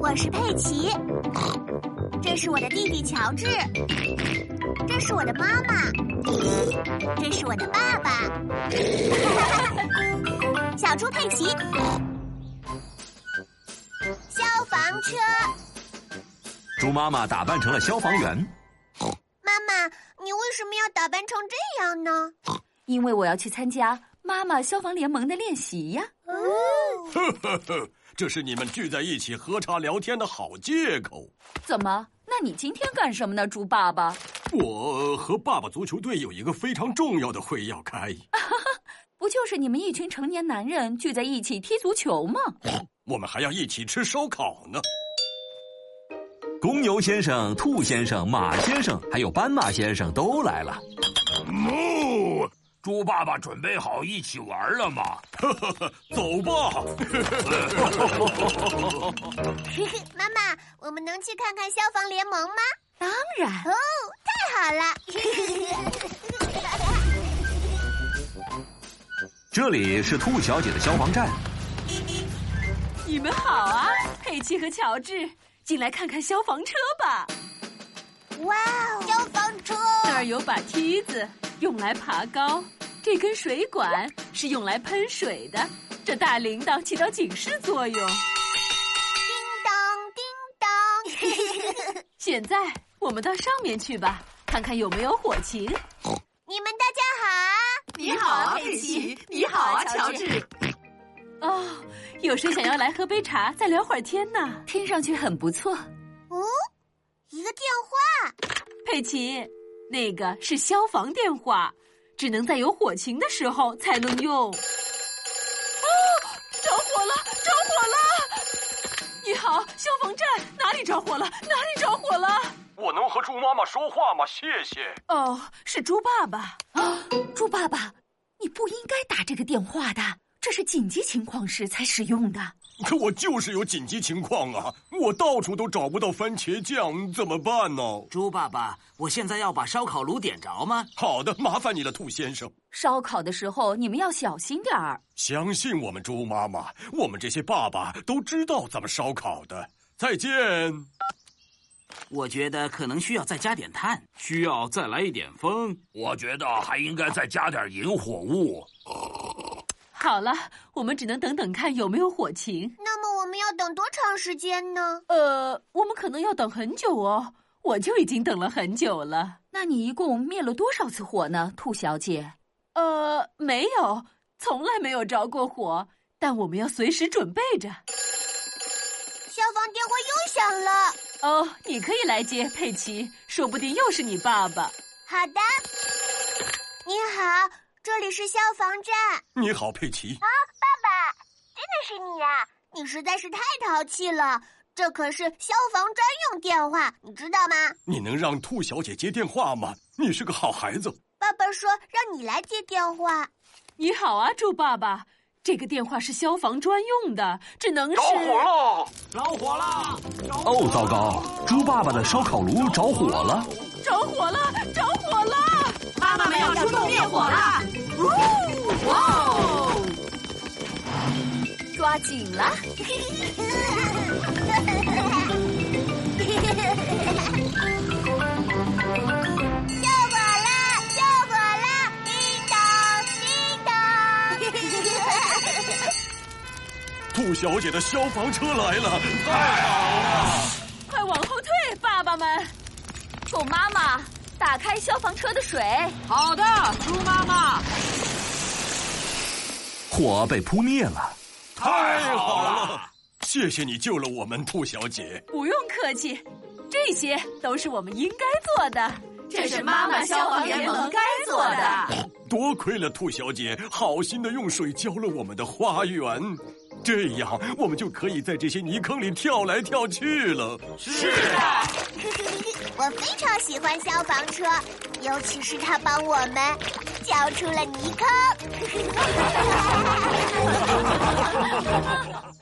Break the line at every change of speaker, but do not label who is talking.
我是佩奇，这是我的弟弟乔治，这是我的妈妈，这是我的爸 爸，小猪佩奇，消防车。
猪妈妈打扮成了消防员。
妈妈，你为什么要打扮成这样呢？
因为我要去参加妈妈消防联盟的练习呀。
哦，
呵呵呵， 这是你们聚在一起喝茶聊天的好借口。
怎么？那你今天干什么呢，猪爸爸？
我和爸爸足球队有一个非常重要的会要开，
不就是你们一群成年男人聚在一起踢足球吗？
我们还要一起吃烧烤呢。
公牛先生、兔先生、马先生还有斑马先生都来了。
哦，猪爸爸准备好一起玩了吗？
走吧，
妈妈，我们能去看看消防联盟吗？
当然，
哦，太好了！
这里是兔小姐的消防站，
你们好啊，佩奇和乔治，进来看看消防车吧。
哇哦，消防车！
那儿有把梯子，用来爬高；这根水管是用来喷水的。这大铃铛起到警示作用。
叮当，叮当！
现在我们到上面去吧，看看有没有火情。
你们大家好，
你好啊佩奇你好啊乔治。哦，有谁想要来喝杯茶，再聊会儿天呢？听上去很不错。
哦，一个电话，
佩奇，那个是消防电话，只能在有火情的时候才能用。哦，着火了！着火了！你好，消防站，哪里着火了？哪里着火了？
我能和猪妈妈说话吗？谢谢。
哦，是猪爸爸啊！猪爸爸，你不应该打这个电话的，这是紧急情况时才使用的。
可我就是有紧急情况啊，我到处都找不到番茄酱，怎么办呢？
猪爸爸，我现在要把烧烤炉点着吗？
好的，麻烦你了，兔先生。
烧烤的时候你们要小心点儿。
相信我们猪妈妈，我们这些爸爸都知道怎么烧烤的。再见。
我觉得可能需要再加点碳。
需要再来一点风。
我觉得还应该再加点引火物。
好了，我们只能等等看有没有火情。
那么我们要等多长时间呢？
呃，我们可能要等很久哦，我就已经等了很久了。那你一共灭了多少次火呢，兔小姐？呃，没有，从来没有着过火，但我们要随时准备着。
消防电话又响了。
哦，你可以来接佩奇，说不定又是你爸爸。
好的，你好，这里是消防站。
你好，佩奇。
爸，真的是你呀、你实在是太淘气了，这可是消防专用电话，你知道吗？
你能让兔小姐接电话吗？你是个好孩子。
爸爸说让你来接电话。
你好啊，猪爸爸，这个电话是消防专用的，只能是。
了！
着火啦！
哦，糟糕，猪爸爸的烧烤炉着火了。
着火了！着火了！
妈妈们要出动灭火啦！
哦抓紧了！
救火啦！救火啦！叮当，叮当。
兔小姐的消防车来了，太好了！
快往后退，爸爸们！狗妈妈，打开消防车的水。
好的，猪妈妈。
火被扑灭了。
太好了！谢谢你救了我们，兔小姐。
不用客气，这些都是我们应该做的。
这是妈妈消防联盟该做的。
多亏了兔小姐好心的用水浇了我们的花园，这样我们就可以在这些泥坑里跳来跳去了。
我非常喜欢消防车，尤其是它帮我们搅出了泥坑。